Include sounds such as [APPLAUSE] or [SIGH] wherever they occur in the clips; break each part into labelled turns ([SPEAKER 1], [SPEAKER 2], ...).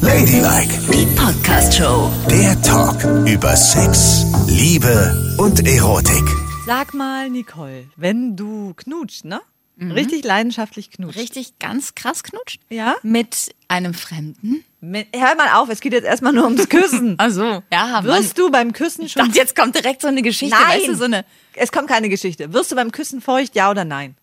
[SPEAKER 1] Ladylike,
[SPEAKER 2] Die Podcast Show.
[SPEAKER 1] der Talk über Sex, Liebe und Erotik.
[SPEAKER 3] Sag mal, Nicole, wenn du knutscht, ne? Richtig leidenschaftlich knutscht.
[SPEAKER 2] Mhm. Richtig ganz krass knutscht?
[SPEAKER 3] Ja?
[SPEAKER 2] Mit einem Fremden?
[SPEAKER 3] Mit- Hör mal auf, es geht jetzt erstmal nur
[SPEAKER 2] [LAUGHS]
[SPEAKER 3] ums Küssen.
[SPEAKER 2] so. Ja, Mann.
[SPEAKER 3] Wirst du beim Küssen schon.
[SPEAKER 2] Und jetzt kommt direkt so eine Geschichte, weißt du, so eine.
[SPEAKER 3] es kommt keine Geschichte. Wirst du beim Küssen feucht, ja oder nein?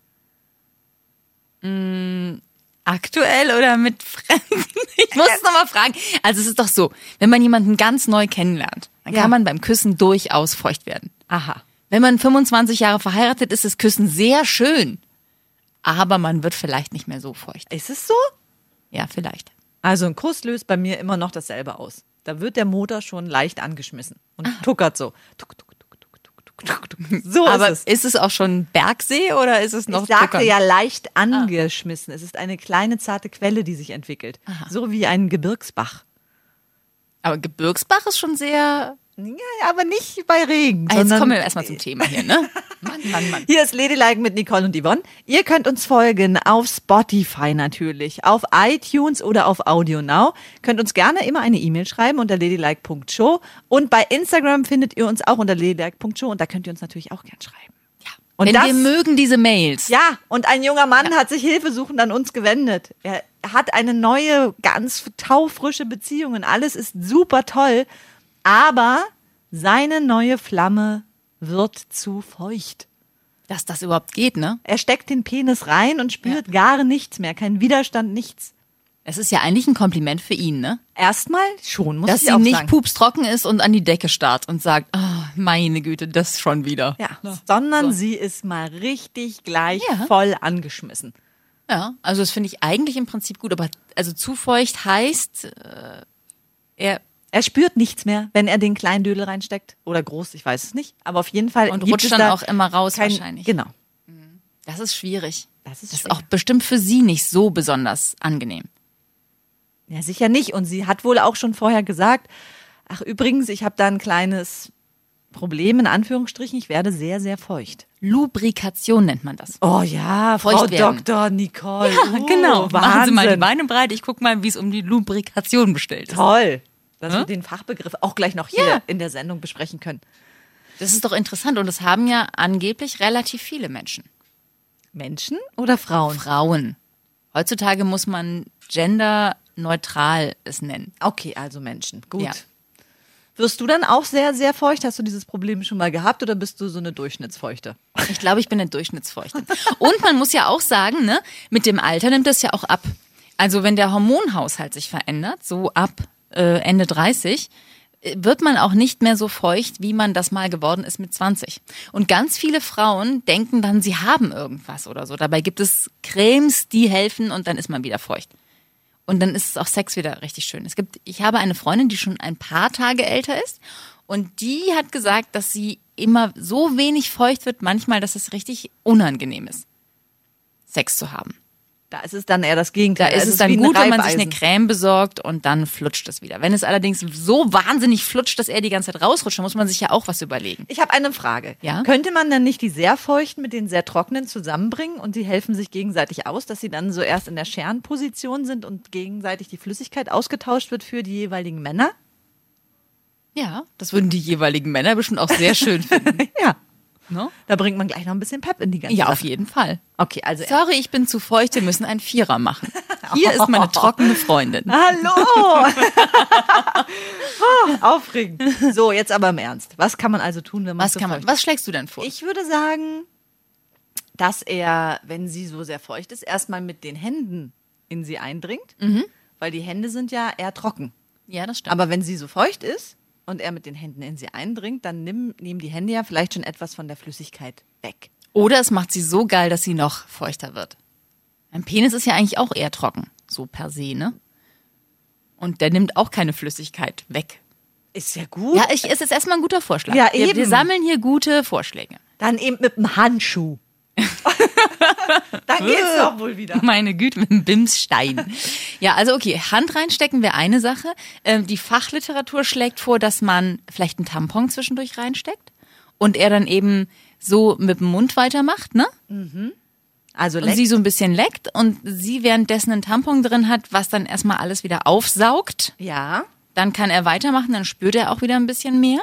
[SPEAKER 2] Aktuell oder mit Fremden? [LAUGHS] Ich muss es nochmal fragen. Also es ist doch so, wenn man jemanden ganz neu kennenlernt, dann
[SPEAKER 3] Ja.
[SPEAKER 2] kann man beim Küssen durchaus feucht werden.
[SPEAKER 3] Aha.
[SPEAKER 2] Wenn man 25 Jahre verheiratet ist, ist Küssen sehr schön. Aber man wird vielleicht nicht mehr so feucht.
[SPEAKER 3] Ist es so?
[SPEAKER 2] Ja, vielleicht.
[SPEAKER 3] Also ein Kuss löst bei mir immer noch dasselbe aus. Da wird der Motor schon leicht angeschmissen und tuckert so. Tuck, tuck, tuck, tuck, tuck, tuck,
[SPEAKER 2] [LAUGHS]
[SPEAKER 3] tuck, tuck. So
[SPEAKER 2] Aber
[SPEAKER 3] ist es.
[SPEAKER 2] ist es auch schon Bergsee oder ist es noch
[SPEAKER 3] Ich sagte
[SPEAKER 2] Tuckern? Ah.
[SPEAKER 3] ja leicht angeschmissen. Es ist eine kleine zarte Quelle, die sich entwickelt. So wie ein Gebirgsbach.
[SPEAKER 2] Aber Gebirgsbach ist schon sehr.
[SPEAKER 3] Ja, aber nicht bei Regen.
[SPEAKER 2] Ah, jetzt
[SPEAKER 3] sondern
[SPEAKER 2] kommen wir erstmal zum Thema hier,
[SPEAKER 3] [LAUGHS]
[SPEAKER 2] ne? Mann, Mann, Mann.
[SPEAKER 3] Hier ist Ladylike mit Nicole und Yvonne. Ihr könnt uns folgen auf Spotify natürlich, auf iTunes oder auf Audio Now. Könnt uns gerne immer eine E-Mail schreiben unter ladylike.show. Und bei Instagram findet ihr uns auch unter ladylike.show und da könnt ihr uns natürlich auch gern schreiben. Ja. Und
[SPEAKER 2] Denn
[SPEAKER 3] das,
[SPEAKER 2] wir mögen diese Mails.
[SPEAKER 3] ja, und ein junger Mann hat sich hilfesuchend an uns gewendet. Er hat eine neue, ganz taufrische Beziehung und alles ist super toll. Aber seine neue Flamme wird zu feucht.
[SPEAKER 2] Dass das überhaupt geht, ne?
[SPEAKER 3] Er steckt den Penis rein und spürt gar nichts mehr, keinen Widerstand, nichts.
[SPEAKER 2] Es ist ja eigentlich ein Kompliment für ihn, ne?
[SPEAKER 3] Erstmal schon, muss
[SPEAKER 2] Dass
[SPEAKER 3] ich
[SPEAKER 2] sie
[SPEAKER 3] auch
[SPEAKER 2] nicht
[SPEAKER 3] sagen.
[SPEAKER 2] pupstrocken ist und an die Decke starrt und sagt, oh, meine Güte, das schon wieder. Ne?
[SPEAKER 3] Ja, sondern sie ist mal richtig gleich
[SPEAKER 2] Ja.
[SPEAKER 3] voll angeschmissen.
[SPEAKER 2] Ja, also das finde ich eigentlich im Prinzip gut, aber also zu feucht heißt, äh, er
[SPEAKER 3] Er spürt nichts mehr, wenn er den kleinen Dödel reinsteckt oder groß, ich weiß es nicht, aber auf jeden Fall
[SPEAKER 2] und
[SPEAKER 3] gibt
[SPEAKER 2] rutscht
[SPEAKER 3] es
[SPEAKER 2] dann
[SPEAKER 3] da
[SPEAKER 2] auch immer raus
[SPEAKER 3] kein,
[SPEAKER 2] wahrscheinlich.
[SPEAKER 3] Genau.
[SPEAKER 2] Das ist schwierig.
[SPEAKER 3] Das
[SPEAKER 2] das
[SPEAKER 3] ist
[SPEAKER 2] ist
[SPEAKER 3] schwierig.
[SPEAKER 2] auch bestimmt für sie nicht so besonders angenehm.
[SPEAKER 3] Ja, sicher nicht und sie hat wohl auch schon vorher gesagt, ach übrigens, ich habe da ein kleines Problem in Anführungsstrichen, ich werde sehr sehr feucht.
[SPEAKER 2] Lubrikation nennt man das.
[SPEAKER 3] Oh ja, Frau
[SPEAKER 2] Feucht werden. genau.
[SPEAKER 3] Dr. Nicole. uh,
[SPEAKER 2] Machen Sie mal die
[SPEAKER 3] Wahnsinn.
[SPEAKER 2] Beine breit. Ich guck mal, wie es um die Lubrikation bestellt ist.
[SPEAKER 3] Toll, dass wir
[SPEAKER 2] Hm?
[SPEAKER 3] den Fachbegriff auch gleich noch hier
[SPEAKER 2] Ja.
[SPEAKER 3] in der Sendung besprechen können.
[SPEAKER 2] Das ist doch interessant. Und das haben ja angeblich relativ viele Menschen.
[SPEAKER 3] Menschen oder Frauen?
[SPEAKER 2] Frauen. Heutzutage muss man genderneutral es nennen.
[SPEAKER 3] Okay, also Menschen. Gut.
[SPEAKER 2] Ja.
[SPEAKER 3] Wirst du dann auch sehr, sehr feucht? Hast du dieses Problem schon mal gehabt oder bist du so eine Durchschnittsfeuchte?
[SPEAKER 2] Ich glaube, ich bin eine Durchschnittsfeuchte. Und man muss ja auch sagen, ne, mit dem Alter nimmt das ja auch ab. Also wenn der Hormonhaushalt sich verändert, so ab äh, Ende 30, äh, wird man auch nicht mehr so feucht, wie man das mal geworden ist mit 20. Und ganz viele Frauen denken dann, sie haben irgendwas oder so. Dabei gibt es Cremes, die helfen und dann ist man wieder feucht. Und dann ist es auch Sex wieder richtig schön. Es gibt, ich habe eine Freundin, die schon ein paar Tage älter ist und die hat gesagt, dass sie immer so wenig feucht wird, manchmal, dass es richtig unangenehm ist, Sex zu haben.
[SPEAKER 3] Da ist es dann eher das
[SPEAKER 2] Da
[SPEAKER 3] Gegenteil. Also
[SPEAKER 2] ist es dann
[SPEAKER 3] wie ein
[SPEAKER 2] gut, wenn man sich eine
[SPEAKER 3] Reibeisen.
[SPEAKER 2] Creme besorgt und dann flutscht es wieder. Wenn es allerdings so wahnsinnig flutscht, dass er die ganze Zeit rausrutscht, dann muss man sich ja auch was überlegen.
[SPEAKER 3] Ich habe eine Frage.
[SPEAKER 2] Ja?
[SPEAKER 3] Könnte man dann nicht die sehr feuchten mit den sehr trockenen zusammenbringen und die helfen sich gegenseitig aus, dass sie dann so erst in der Scherenposition sind und gegenseitig die Flüssigkeit ausgetauscht wird für die jeweiligen Männer?
[SPEAKER 2] Ja, das würden die jeweiligen Männer bestimmt auch sehr schön finden.
[SPEAKER 3] [LAUGHS] Ja.
[SPEAKER 2] ne?
[SPEAKER 3] Da bringt man gleich noch ein bisschen Pep in die
[SPEAKER 2] [LAUGHS]
[SPEAKER 3] ganze
[SPEAKER 2] Ja,
[SPEAKER 3] Sache.
[SPEAKER 2] auf jeden Fall.
[SPEAKER 3] Okay, also
[SPEAKER 2] Sorry, ich bin zu feucht, wir müssen einen Vierer machen. Hier ist meine trockene Freundin.
[SPEAKER 3] Hallo!
[SPEAKER 2] [LAUGHS]
[SPEAKER 3] Oh, Aufregend. So, jetzt aber im Ernst. Was kann man also tun, wenn man
[SPEAKER 2] Was
[SPEAKER 3] so
[SPEAKER 2] kann man,
[SPEAKER 3] feucht
[SPEAKER 2] was schlägst du denn vor?
[SPEAKER 3] ist? Ich würde sagen, dass er, wenn sie so sehr feucht ist, erstmal mit den Händen in sie eindringt,
[SPEAKER 2] Mhm.
[SPEAKER 3] weil die Hände sind ja eher trocken.
[SPEAKER 2] ja, das stimmt.
[SPEAKER 3] Aber wenn sie so feucht ist und er mit den Händen in sie eindringt, dann nimm, nehmen die Hände ja vielleicht schon etwas von der Flüssigkeit weg.
[SPEAKER 2] Oder es macht sie so geil, dass sie noch feuchter wird. Ein Penis ist ja eigentlich auch eher trocken, so per se, ne? Und der nimmt auch keine Flüssigkeit weg.
[SPEAKER 3] Ist ja gut.
[SPEAKER 2] Ja, ich, es ist erstmal ein guter Vorschlag.
[SPEAKER 3] Ja,
[SPEAKER 2] Wir, wir
[SPEAKER 3] eben.
[SPEAKER 2] sammeln hier gute Vorschläge.
[SPEAKER 3] Dann eben mit dem Handschuh. [LAUGHS] dann geht's doch wohl
[SPEAKER 2] [LAUGHS]
[SPEAKER 3] wieder.
[SPEAKER 2] Meine Güte, mit dem Bimsstein. [LAUGHS] ja, also okay, Hand reinstecken wäre eine Sache. Ähm, die Fachliteratur schlägt vor, dass man vielleicht einen Tampon zwischendurch reinsteckt und er dann eben so mit dem Mund weitermacht, ne?
[SPEAKER 3] Also
[SPEAKER 2] und
[SPEAKER 3] leckt.
[SPEAKER 2] sie so ein bisschen leckt und sie währenddessen einen Tampon drin hat, was dann erstmal alles wieder aufsaugt.
[SPEAKER 3] ja.
[SPEAKER 2] Dann kann er weitermachen, dann spürt er auch wieder ein bisschen mehr.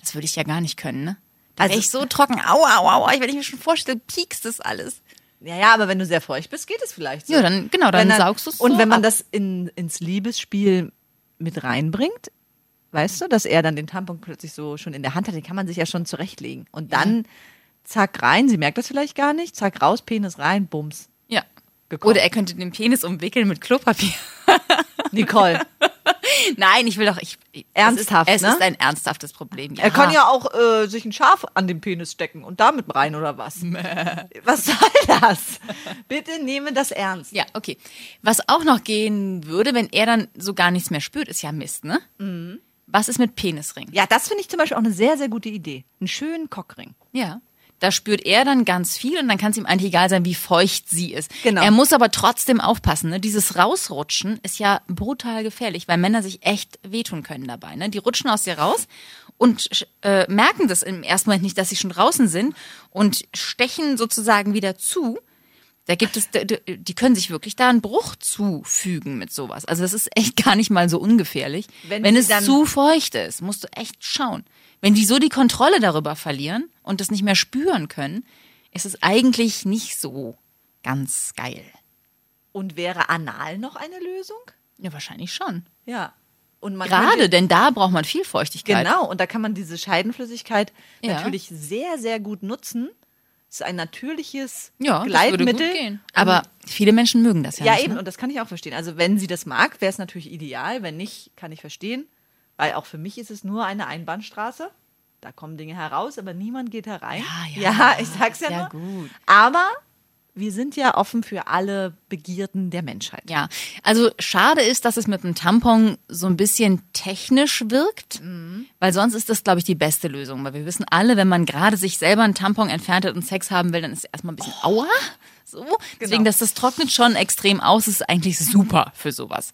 [SPEAKER 2] Das würde ich ja gar nicht können, ne? Da also
[SPEAKER 3] Also-
[SPEAKER 2] ich so trocken. Au, au, au, au. Ich, wenn ich mir schon vorstelle, piekst das alles.
[SPEAKER 3] Ja, ja, aber wenn du sehr feucht bist, geht es vielleicht so.
[SPEAKER 2] Ja, dann- genau, dann
[SPEAKER 3] Wenn
[SPEAKER 2] saugst du's
[SPEAKER 3] Und
[SPEAKER 2] so
[SPEAKER 3] wenn man
[SPEAKER 2] ab.
[SPEAKER 3] das in, ins Liebesspiel mit reinbringt, weißt du, dass er dann den Tampon plötzlich so schon in der Hand hat, den kann man sich ja schon zurechtlegen. Und dann zack rein, sie merkt das vielleicht gar nicht, zack raus, Penis rein, bums.
[SPEAKER 2] Ja.
[SPEAKER 3] Gekommen.
[SPEAKER 2] Oder er könnte den Penis umwickeln mit Klopapier.
[SPEAKER 3] Nicole,
[SPEAKER 2] [LAUGHS] Nein, ich will doch. Ich, ich-
[SPEAKER 3] Ernsthaft,
[SPEAKER 2] Es ist,
[SPEAKER 3] ne?
[SPEAKER 2] es ist ein ernsthaftes Problem. Ja.
[SPEAKER 3] er kann ja auch äh, sich ein Schaf an den Penis stecken und damit rein oder was? was soll das? Bitte nehme das ernst.
[SPEAKER 2] Ja, okay. Was auch noch gehen würde, wenn er dann so gar nichts mehr spürt, ist ja Mist, ne? Was ist mit Penisring?
[SPEAKER 3] Ja, das finde ich zum Beispiel auch eine sehr, sehr gute Idee. Einen schönen Cockring.
[SPEAKER 2] Ja. Da spürt er dann ganz viel und dann kann es ihm eigentlich egal sein, wie feucht sie ist.
[SPEAKER 3] Genau.
[SPEAKER 2] Er muss aber trotzdem aufpassen. Ne? Dieses Rausrutschen ist ja brutal gefährlich, weil Männer sich echt wehtun können dabei. Ne? Die rutschen aus dir raus und sch- äh, merken das im ersten Moment nicht, dass sie schon draußen sind und stechen sozusagen wieder zu. Da gibt es, d- d- die können sich wirklich da einen Bruch zufügen mit sowas. Also das ist echt gar nicht mal so ungefährlich. Wenn, Wenn
[SPEAKER 3] Wenn sie
[SPEAKER 2] es
[SPEAKER 3] dann-
[SPEAKER 2] zu feucht ist, musst du echt schauen. Wenn die so die Kontrolle darüber verlieren und das nicht mehr spüren können, ist es eigentlich nicht so ganz geil.
[SPEAKER 3] Und wäre anal noch eine Lösung?
[SPEAKER 2] Ja, wahrscheinlich schon.
[SPEAKER 3] Ja. Und man
[SPEAKER 2] Gerade,
[SPEAKER 3] könnte-
[SPEAKER 2] denn da braucht man viel Feuchtigkeit.
[SPEAKER 3] genau, und da kann man diese Scheidenflüssigkeit
[SPEAKER 2] Ja.
[SPEAKER 3] natürlich sehr, sehr gut nutzen. Es ist ein natürliches
[SPEAKER 2] Ja, das würde
[SPEAKER 3] Gleitmittel. Ähm,
[SPEAKER 2] gut gehen. Aber viele Menschen mögen das ja,
[SPEAKER 3] ja,
[SPEAKER 2] nicht.
[SPEAKER 3] eben,
[SPEAKER 2] Ne?
[SPEAKER 3] und das kann ich auch verstehen. Also, wenn sie das mag, wäre es natürlich ideal. Wenn nicht, kann ich verstehen. Weil auch für mich ist es nur eine Einbahnstraße. Da kommen Dinge heraus, aber niemand geht herein.
[SPEAKER 2] Ja, ja.
[SPEAKER 3] ich sag's ja,
[SPEAKER 2] Ja,
[SPEAKER 3] nur.
[SPEAKER 2] gut.
[SPEAKER 3] Aber wir sind ja offen für alle Begierden der Menschheit.
[SPEAKER 2] Ja, also schade ist, dass es mit einem Tampon so ein bisschen technisch wirkt, weil sonst ist das, glaube ich, die beste Lösung. Weil wir wissen alle, wenn man gerade sich selber einen Tampon entfernt hat und Sex haben will, dann ist es erstmal ein bisschen aua. So. Deswegen, dass das trocknet schon extrem aus, ist eigentlich super für sowas.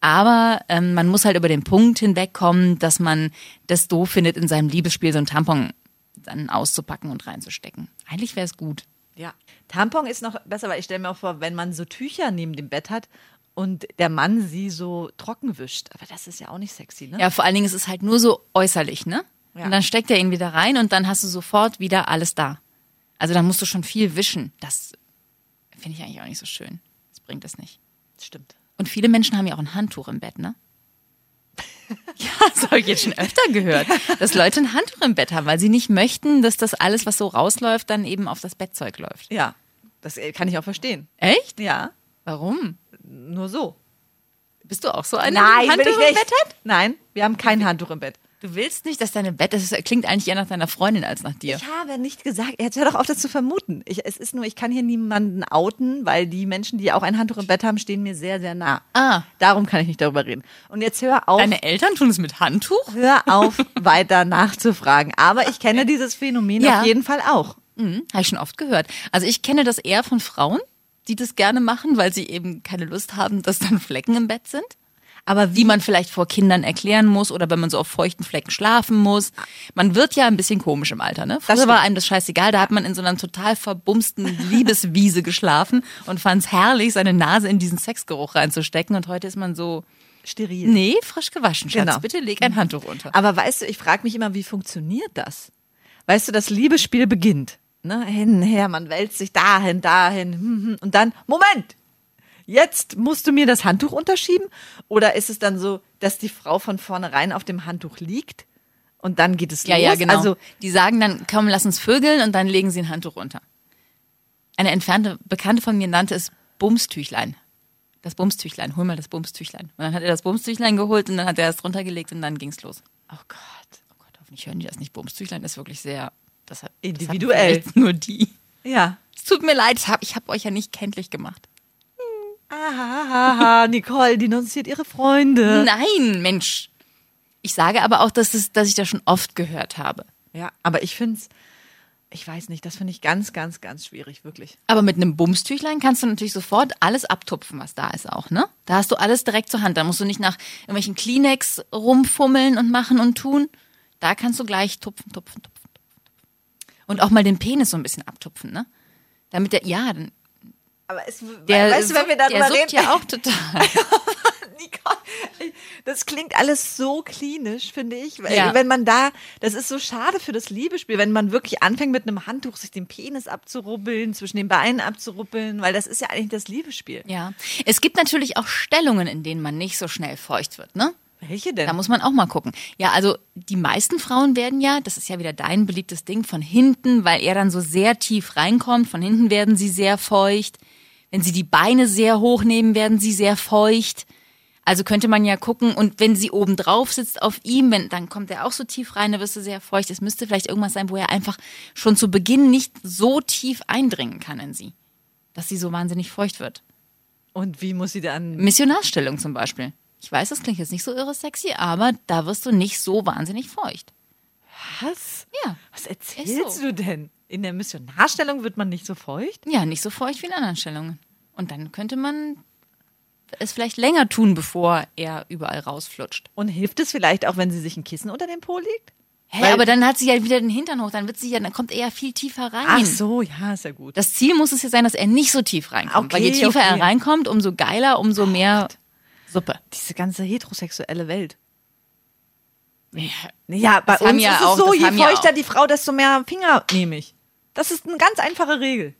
[SPEAKER 2] Aber ähm, man muss halt über den Punkt hinwegkommen, dass man das doof findet, in seinem Liebesspiel so einen Tampon dann auszupacken und reinzustecken. Eigentlich wäre es gut.
[SPEAKER 3] Ja. Tampon ist noch besser, weil ich stelle mir auch vor, wenn man so Tücher neben dem Bett hat und der Mann sie so trocken wischt. Aber das ist ja auch nicht sexy, ne?
[SPEAKER 2] Ja, vor allen Dingen ist es halt nur so äußerlich, ne?
[SPEAKER 3] Ja.
[SPEAKER 2] Und dann steckt er ihn wieder rein und dann hast du sofort wieder alles da. Also dann musst du schon viel wischen. Das finde ich eigentlich auch nicht so schön. Das bringt das nicht.
[SPEAKER 3] Stimmt.
[SPEAKER 2] Und viele Menschen haben ja auch ein Handtuch im Bett, ne? Ja, das habe ich jetzt schon öfter gehört, dass Leute ein Handtuch im Bett haben, weil sie nicht möchten, dass das alles, was so rausläuft, dann eben auf das Bettzeug läuft.
[SPEAKER 3] Ja. Das äh, kann ich auch verstehen.
[SPEAKER 2] Echt?
[SPEAKER 3] Ja.
[SPEAKER 2] Warum?
[SPEAKER 3] Nur so.
[SPEAKER 2] Bist du auch so eine, die ein
[SPEAKER 3] will
[SPEAKER 2] Handtuch im Bett hat?
[SPEAKER 3] Nein, wir haben kein Handtuch im Bett.
[SPEAKER 2] Du willst nicht, dass deine Bett, das klingt eigentlich eher nach deiner Freundin als nach dir.
[SPEAKER 3] Ich habe nicht gesagt, jetzt hör doch auf, das zu vermuten. Ich, es ist nur, ich kann hier niemanden outen, weil die Menschen, die auch ein Handtuch im Bett haben, stehen mir sehr, sehr nah.
[SPEAKER 2] Ah.
[SPEAKER 3] Darum kann ich nicht darüber reden. Und jetzt hör auf.
[SPEAKER 2] Deine Eltern tun es mit Handtuch?
[SPEAKER 3] Hör auf, weiter nachzufragen. Aber ich kenne dieses Phänomen
[SPEAKER 2] Ja.
[SPEAKER 3] auf jeden Fall auch.
[SPEAKER 2] Mhm, habe ich schon oft gehört. Also ich kenne das eher von Frauen, die das gerne machen, weil sie eben keine Lust haben, dass dann Flecken im Bett sind.
[SPEAKER 3] Aber
[SPEAKER 2] Die man vielleicht vor Kindern erklären muss oder wenn man so auf feuchten Flecken schlafen muss. Man wird ja ein bisschen komisch im Alter, ne? Früher
[SPEAKER 3] stimmt.
[SPEAKER 2] war einem das scheißegal, da hat man in so einer total verbumsten Liebeswiese geschlafen und fand es herrlich, seine Nase in diesen Sexgeruch reinzustecken. Und heute ist man so,
[SPEAKER 3] steril.
[SPEAKER 2] nee, frisch gewaschen, Schatz,
[SPEAKER 3] Genau.
[SPEAKER 2] bitte leg ein Handtuch unter.
[SPEAKER 3] Aber weißt du, ich frage mich immer, wie funktioniert das? Weißt du, das Liebesspiel beginnt. Ne? Hin, her, man wälzt sich dahin, dahin. Hm, hm. Und dann, Moment! Jetzt musst du mir das Handtuch unterschieben? Oder ist es dann so, dass die Frau von vornherein auf dem Handtuch liegt und dann geht es
[SPEAKER 2] Ja,
[SPEAKER 3] los?
[SPEAKER 2] ja, genau.
[SPEAKER 3] Also,
[SPEAKER 2] die sagen dann, komm, lass uns vögeln und dann legen sie ein Handtuch runter. Eine entfernte Bekannte von mir nannte es Bumstüchlein. Das Bumstüchlein, hol mal das Bumstüchlein. Und dann hat er das Bumstüchlein geholt und dann hat er es drunter gelegt und dann ging's los.
[SPEAKER 3] oh Gott.
[SPEAKER 2] Oh Gott, hoffentlich hören die das nicht. Bumstüchlein ist wirklich sehr das hat,
[SPEAKER 3] Individuell.
[SPEAKER 2] Das hatten vielleicht nur die.
[SPEAKER 3] Ja.
[SPEAKER 2] Es tut mir leid, das hab, ich habe euch ja nicht kenntlich gemacht.
[SPEAKER 3] Ahaha, Nicole denunziert ihre Freunde.
[SPEAKER 2] Nein, Mensch. Ich sage aber auch, dass, es, dass ich das schon oft gehört habe.
[SPEAKER 3] Ja, aber ich finde es, ich weiß nicht, das finde ich ganz, ganz, ganz schwierig, wirklich.
[SPEAKER 2] Aber mit einem Bumstüchlein kannst du natürlich sofort alles abtupfen, was da ist auch, ne? Da hast du alles direkt zur Hand. Da musst du nicht nach irgendwelchen Kleenex rumfummeln und machen und tun. Da kannst du gleich tupfen, tupfen, tupfen. tupfen, tupfen. Und auch mal den Penis so ein bisschen abtupfen, ne? Damit der, ja, dann-
[SPEAKER 3] Aber es,
[SPEAKER 2] der,
[SPEAKER 3] weißt du, wenn wir darüber
[SPEAKER 2] der suppt
[SPEAKER 3] reden,
[SPEAKER 2] ja auch total.
[SPEAKER 3] [LAUGHS]
[SPEAKER 2] [LAUGHS]
[SPEAKER 3] Nicole, das klingt alles so klinisch, finde ich. Weil
[SPEAKER 2] Ja.
[SPEAKER 3] Wenn man da, das ist so schade für das Liebespiel, wenn man wirklich anfängt mit einem Handtuch sich den Penis abzurubbeln, zwischen den Beinen abzurubbeln, weil das ist ja eigentlich das Liebespiel.
[SPEAKER 2] Ja. Es gibt natürlich auch Stellungen, in denen man nicht so schnell feucht wird, ne?
[SPEAKER 3] Welche denn?
[SPEAKER 2] Da muss man auch mal gucken. Ja, also die meisten Frauen werden ja, das ist ja wieder dein beliebtes Ding, von hinten, weil er dann so sehr tief reinkommt, von hinten werden sie sehr feucht. Wenn sie die Beine sehr hoch nehmen, werden sie sehr feucht. Also könnte man ja gucken, und wenn sie oben drauf sitzt auf ihm, wenn, dann kommt er auch so tief rein, dann wirst du sehr feucht. Es müsste vielleicht irgendwas sein, wo er einfach schon zu Beginn nicht so tief eindringen kann in sie, dass sie so wahnsinnig feucht wird.
[SPEAKER 3] Und wie muss sie dann?
[SPEAKER 2] Missionarstellung zum Beispiel. Ich weiß, das klingt jetzt nicht so irre sexy, aber da wirst du nicht so wahnsinnig feucht.
[SPEAKER 3] Was?
[SPEAKER 2] Ja.
[SPEAKER 3] Was erzählst
[SPEAKER 2] Ist so.
[SPEAKER 3] du denn? In der Missionarstellung wird man nicht so feucht?
[SPEAKER 2] Ja, nicht so feucht wie in anderen Stellungen. Und dann könnte man es vielleicht länger tun, bevor er überall rausflutscht.
[SPEAKER 3] Und hilft es vielleicht auch, wenn sie sich ein Kissen unter den Po legt?
[SPEAKER 2] Hä,
[SPEAKER 3] Weil-
[SPEAKER 2] aber dann hat sie ja wieder den Hintern hoch, dann wird sie ja, dann kommt er ja viel tiefer rein.
[SPEAKER 3] Ach so, ja, ist ja gut.
[SPEAKER 2] Das Ziel muss es ja sein, dass er nicht so tief reinkommt. weil je
[SPEAKER 3] Okay,
[SPEAKER 2] tiefer
[SPEAKER 3] okay. Oh
[SPEAKER 2] er reinkommt, umso geiler, umso mehr Suppe.
[SPEAKER 3] Diese ganze heterosexuelle Welt.
[SPEAKER 2] Ja,
[SPEAKER 3] Ja, bei
[SPEAKER 2] Das haben
[SPEAKER 3] uns
[SPEAKER 2] ja
[SPEAKER 3] ist es
[SPEAKER 2] auch-
[SPEAKER 3] so,
[SPEAKER 2] das
[SPEAKER 3] je
[SPEAKER 2] haben ja
[SPEAKER 3] feuchter
[SPEAKER 2] auch.
[SPEAKER 3] die Frau, desto mehr Finger nehme ich. Das ist eine ganz einfache Regel.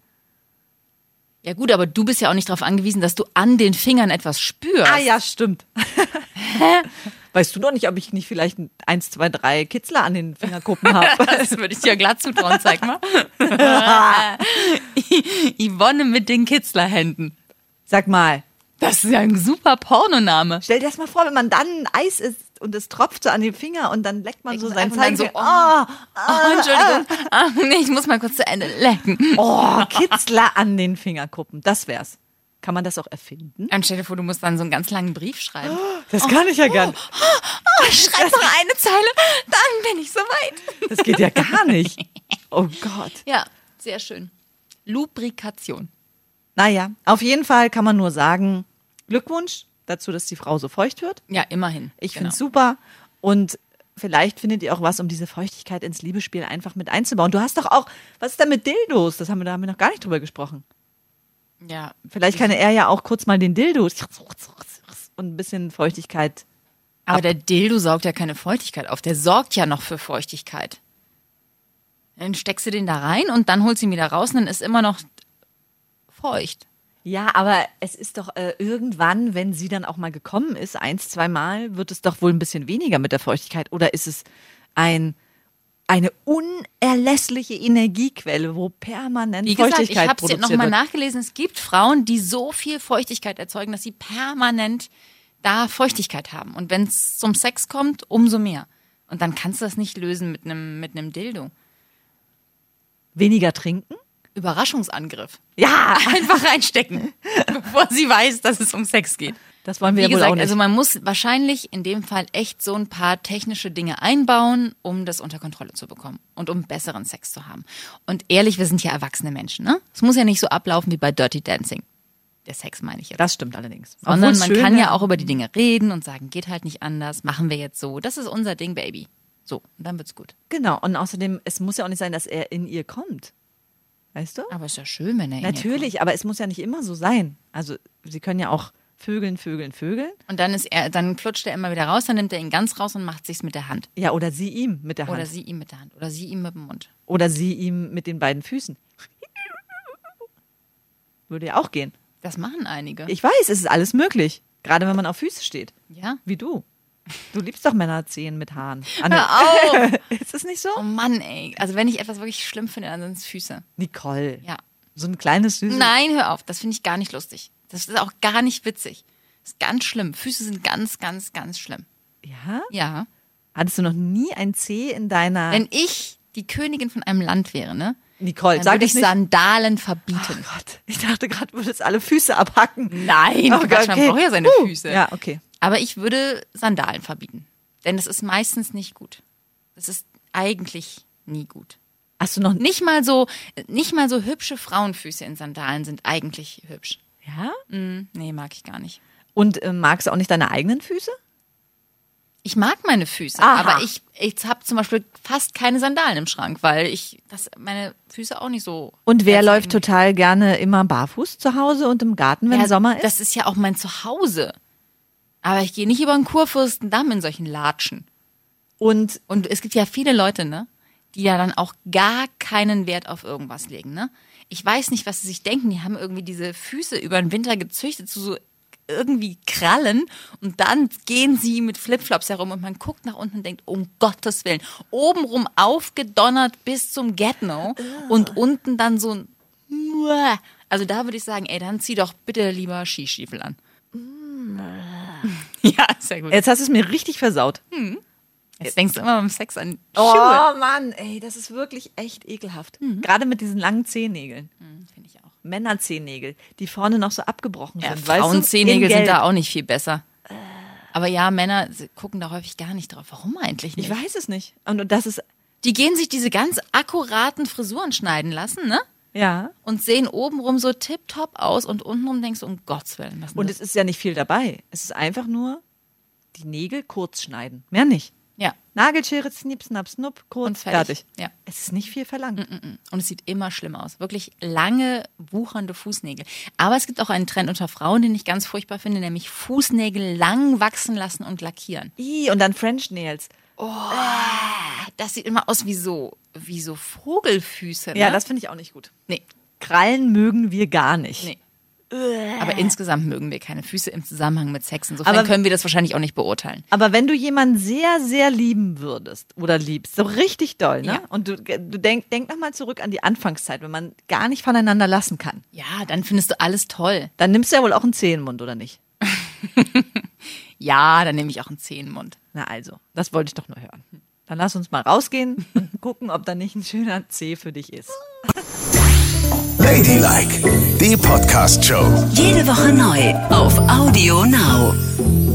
[SPEAKER 2] ja gut, aber du bist ja auch nicht darauf angewiesen, dass du an den Fingern etwas spürst.
[SPEAKER 3] Ah ja, stimmt. [LAUGHS] weißt du doch nicht, ob ich nicht vielleicht ein 1, 2, 3 Kitzler an den Fingerkuppen
[SPEAKER 2] [LAUGHS]
[SPEAKER 3] habe?
[SPEAKER 2] [LAUGHS] Das würde ich dir glatt zutrauen, zeig mal. [LAUGHS] Yvonne mit den Kitzlerhänden.
[SPEAKER 3] Sag mal,
[SPEAKER 2] Das ist ja ein super Pornoname.
[SPEAKER 3] stell dir das mal vor, wenn man dann Eis isst und es tropft so an den Finger und dann leckt man
[SPEAKER 2] Leckt
[SPEAKER 3] so
[SPEAKER 2] man
[SPEAKER 3] seinen
[SPEAKER 2] einfach dann
[SPEAKER 3] Zeigefinger.
[SPEAKER 2] so,
[SPEAKER 3] oh,
[SPEAKER 2] Oh, Entschuldigung. Ah, nee, ich muss mal kurz zu Ende lecken.
[SPEAKER 3] oh, Kitzler an den Fingerkuppen. Das wär's. Kann man das auch erfinden?
[SPEAKER 2] Anstelle vor, du musst dann so einen ganz langen Brief schreiben.
[SPEAKER 3] Das kann ich ja gar nicht.
[SPEAKER 2] Oh, schreib noch eine Zeile, dann bin ich soweit.
[SPEAKER 3] Das geht ja gar nicht. [LAUGHS] Oh Gott.
[SPEAKER 2] Ja, sehr schön. Lubrikation.
[SPEAKER 3] Naja, auf jeden Fall kann man nur sagen, Glückwunsch dazu, dass die Frau so feucht wird.
[SPEAKER 2] Ja, immerhin. Genau.
[SPEAKER 3] Ich finde es super. Und vielleicht findet ihr auch was, um diese Feuchtigkeit ins Liebesspiel einfach mit einzubauen. Du hast doch auch, was ist denn mit Dildos? Das haben wir, da haben wir noch gar nicht drüber gesprochen.
[SPEAKER 2] Ja,
[SPEAKER 3] Vielleicht kann er ja auch kurz mal den Dildos [LAUGHS] und ein bisschen Feuchtigkeit.
[SPEAKER 2] Aber der Dildo saugt ja keine Feuchtigkeit auf. Der sorgt ja noch für Feuchtigkeit. Dann steckst du den da rein und dann holst du ihn wieder raus und dann ist immer noch feucht.
[SPEAKER 3] Ja, aber es ist doch äh, irgendwann, wenn sie dann auch mal gekommen ist, eins, zweimal, wird es doch wohl ein bisschen weniger mit der Feuchtigkeit. Oder ist es ein, eine unerlässliche Energiequelle, wo permanent
[SPEAKER 2] Wie gesagt, ich
[SPEAKER 3] Feuchtigkeit
[SPEAKER 2] habe es
[SPEAKER 3] produziert
[SPEAKER 2] nochmal
[SPEAKER 3] wird?
[SPEAKER 2] nachgelesen. Es gibt Frauen, die so viel Feuchtigkeit erzeugen, dass sie permanent da Feuchtigkeit haben. Und wenn es zum Sex kommt, umso mehr. Und dann kannst du das nicht lösen mit einem mit einem Dildo.
[SPEAKER 3] Weniger trinken?
[SPEAKER 2] Überraschungsangriff.
[SPEAKER 3] Ja,
[SPEAKER 2] Einfach reinstecken, [LAUGHS] bevor sie weiß, dass es um Sex geht.
[SPEAKER 3] das wollen wir
[SPEAKER 2] Wie
[SPEAKER 3] ja wohl auch
[SPEAKER 2] gesagt,
[SPEAKER 3] nicht.
[SPEAKER 2] also man muss wahrscheinlich in dem Fall echt so ein paar technische Dinge einbauen, um das unter Kontrolle zu bekommen und um besseren Sex zu haben. Und ehrlich, wir sind ja erwachsene Menschen, ne? Es muss ja nicht so ablaufen wie bei Dirty Dancing. Der Sex meine ich jetzt.
[SPEAKER 3] Das stimmt allerdings.
[SPEAKER 2] Sondern
[SPEAKER 3] Obwohl's
[SPEAKER 2] man
[SPEAKER 3] schön
[SPEAKER 2] kann
[SPEAKER 3] wär-
[SPEAKER 2] ja auch über die Dinge reden und sagen, geht halt nicht anders, machen wir jetzt so. Das ist unser Ding, Baby. So, und dann wird's gut.
[SPEAKER 3] Genau, und außerdem, es muss ja auch nicht sein, dass er in ihr kommt. Weißt du?
[SPEAKER 2] Aber ist ja schön, wenn er ihn
[SPEAKER 3] Natürlich, aber es muss ja nicht immer so sein. Also, sie können ja auch vögeln, vögeln, vögeln.
[SPEAKER 2] Und dann ist er, dann flutscht er immer wieder raus, dann nimmt er ihn ganz raus und macht sich's mit der Hand.
[SPEAKER 3] Ja, oder sie ihm mit der Hand.
[SPEAKER 2] Oder sie ihm mit der Hand. Oder sie ihm mit dem Mund.
[SPEAKER 3] oder sie ihm mit den beiden Füßen. [LAUGHS] Würde ja auch gehen.
[SPEAKER 2] Das machen einige.
[SPEAKER 3] Ich weiß, es ist alles möglich. Gerade wenn man auf Füße steht.
[SPEAKER 2] ja.
[SPEAKER 3] Wie du. Du liebst doch Männerzehen mit Haaren. Ah,
[SPEAKER 2] Hör auf!
[SPEAKER 3] [LAUGHS] ist es nicht so?
[SPEAKER 2] Oh Mann, ey. Also wenn ich etwas wirklich schlimm finde, dann sind es Füße.
[SPEAKER 3] Nicole.
[SPEAKER 2] Ja.
[SPEAKER 3] So ein kleines süßes.
[SPEAKER 2] Nein, hör auf. Das finde ich gar nicht lustig. Das ist auch gar nicht witzig. Das ist ganz schlimm. Füße sind ganz, ganz, ganz schlimm.
[SPEAKER 3] Ja?
[SPEAKER 2] Ja.
[SPEAKER 3] Hattest du noch nie ein Zeh in deiner.
[SPEAKER 2] Wenn ich die Königin von einem Land wäre, ne?
[SPEAKER 3] Nicole,
[SPEAKER 2] Dann
[SPEAKER 3] sag
[SPEAKER 2] würde
[SPEAKER 3] das
[SPEAKER 2] ich
[SPEAKER 3] nicht.
[SPEAKER 2] Sandalen
[SPEAKER 3] Oh
[SPEAKER 2] verbieten.
[SPEAKER 3] Gott, ich dachte gerade, du würdest alle Füße abhacken.
[SPEAKER 2] Nein,
[SPEAKER 3] Oh
[SPEAKER 2] Quatsch,
[SPEAKER 3] Gott,
[SPEAKER 2] man
[SPEAKER 3] okay.
[SPEAKER 2] braucht ja seine
[SPEAKER 3] Uh,
[SPEAKER 2] Füße.
[SPEAKER 3] ja, okay.
[SPEAKER 2] Aber ich würde Sandalen verbieten. Denn das ist meistens nicht gut. Das ist eigentlich nie gut.
[SPEAKER 3] Hast du noch.
[SPEAKER 2] Nicht mal so, nicht mal so hübsche Frauenfüße in Sandalen sind eigentlich hübsch.
[SPEAKER 3] Ja? Mhm.
[SPEAKER 2] Mm, nee, mag ich gar nicht.
[SPEAKER 3] Und äh, magst du auch nicht deine eigenen Füße?
[SPEAKER 2] Ich mag meine Füße,
[SPEAKER 3] Aha.
[SPEAKER 2] aber ich, ich habe zum Beispiel fast keine Sandalen im Schrank, weil ich das, meine Füße auch nicht so.
[SPEAKER 3] Und
[SPEAKER 2] sehr
[SPEAKER 3] wer läuft
[SPEAKER 2] zeigen.
[SPEAKER 3] total gerne immer barfuß zu Hause und im Garten, wenn
[SPEAKER 2] genau. ja,
[SPEAKER 3] Sommer ist?
[SPEAKER 2] Das ist ja auch mein Zuhause. Aber ich gehe nicht über den Kurfürstendamm in solchen Latschen.
[SPEAKER 3] Und
[SPEAKER 2] Und es gibt ja viele Leute, ne, die ja dann auch gar keinen Wert auf irgendwas legen, ne? Ich weiß nicht, was sie sich denken. Die haben irgendwie diese Füße über den Winter gezüchtet zu so irgendwie Krallen und dann gehen sie mit Flipflops herum und man guckt nach unten und denkt, um Gottes Willen, obenrum aufgedonnert bis zum Get-No und unten dann so ein also da würde ich sagen, ey, dann zieh doch bitte lieber Skistiefel an. [LAUGHS] Ja, sehr gut.
[SPEAKER 3] jetzt hast du es mir richtig versaut. Oh
[SPEAKER 2] Jetzt denkst du immer beim Sex an Hm, Schuhe. Mhm.
[SPEAKER 3] Mann, ey, das ist wirklich echt ekelhaft. Gerade mit diesen langen Zehennägeln.
[SPEAKER 2] Finde Hm, ich auch.
[SPEAKER 3] Männerzehennägel, die vorne noch so abgebrochen
[SPEAKER 2] Ja,
[SPEAKER 3] sind. weißt du?
[SPEAKER 2] Frauenzehennägel
[SPEAKER 3] In
[SPEAKER 2] sind
[SPEAKER 3] Gelb.
[SPEAKER 2] da auch nicht viel besser. Aber ja, Männer gucken da häufig gar nicht drauf. Warum eigentlich
[SPEAKER 3] Ich
[SPEAKER 2] nicht?
[SPEAKER 3] weiß es nicht. Und das ist,
[SPEAKER 2] Die gehen sich diese ganz akkuraten Frisuren schneiden lassen, ne?
[SPEAKER 3] ja.
[SPEAKER 2] Und sehen obenrum so tipptopp aus und untenrum denkst du, um Gottes Willen, was denn
[SPEAKER 3] Und
[SPEAKER 2] das?
[SPEAKER 3] es ist ja nicht viel dabei. Es ist einfach nur die Nägel kurz schneiden. Mehr nicht.
[SPEAKER 2] Ja.
[SPEAKER 3] Nagelschere, snip, snap, snup, kurz,
[SPEAKER 2] Und fertig. Ja. Mm,
[SPEAKER 3] Es ist nicht viel verlangt.
[SPEAKER 2] Und es sieht immer schlimm aus. Wirklich lange, wuchernde Fußnägel. Aber es gibt auch einen Trend unter Frauen, den ich ganz furchtbar finde, nämlich Fußnägel lang wachsen lassen und lackieren.
[SPEAKER 3] Ih, und dann French Nails.
[SPEAKER 2] Das sieht immer aus wie so, wie so Vogelfüße. Ne?
[SPEAKER 3] Ja, das finde ich auch nicht gut.
[SPEAKER 2] Nee.
[SPEAKER 3] Krallen mögen wir gar nicht.
[SPEAKER 2] Nee. Aber insgesamt mögen wir keine Füße im Zusammenhang mit Sex. Insofern
[SPEAKER 3] Aber-
[SPEAKER 2] können wir das wahrscheinlich auch nicht beurteilen.
[SPEAKER 3] Aber wenn du jemanden sehr, sehr lieben würdest oder liebst, so richtig doll, ne?
[SPEAKER 2] Ja.
[SPEAKER 3] Und du, du denk, denk nochmal zurück an die Anfangszeit, wenn man gar nicht voneinander lassen kann.
[SPEAKER 2] Ja, dann findest du alles toll.
[SPEAKER 3] Dann nimmst du ja wohl auch einen Zehenmund, oder nicht?
[SPEAKER 2] Ja, dann nehme ich auch einen Zehenmund.
[SPEAKER 3] Na also, das wollte ich doch nur hören. Dann lass uns mal rausgehen und [LAUGHS] gucken, ob da nicht ein schöner Zeh für dich ist.
[SPEAKER 1] Ladylike, die Podcast-Show.
[SPEAKER 4] Jede Woche neu auf Audio Now.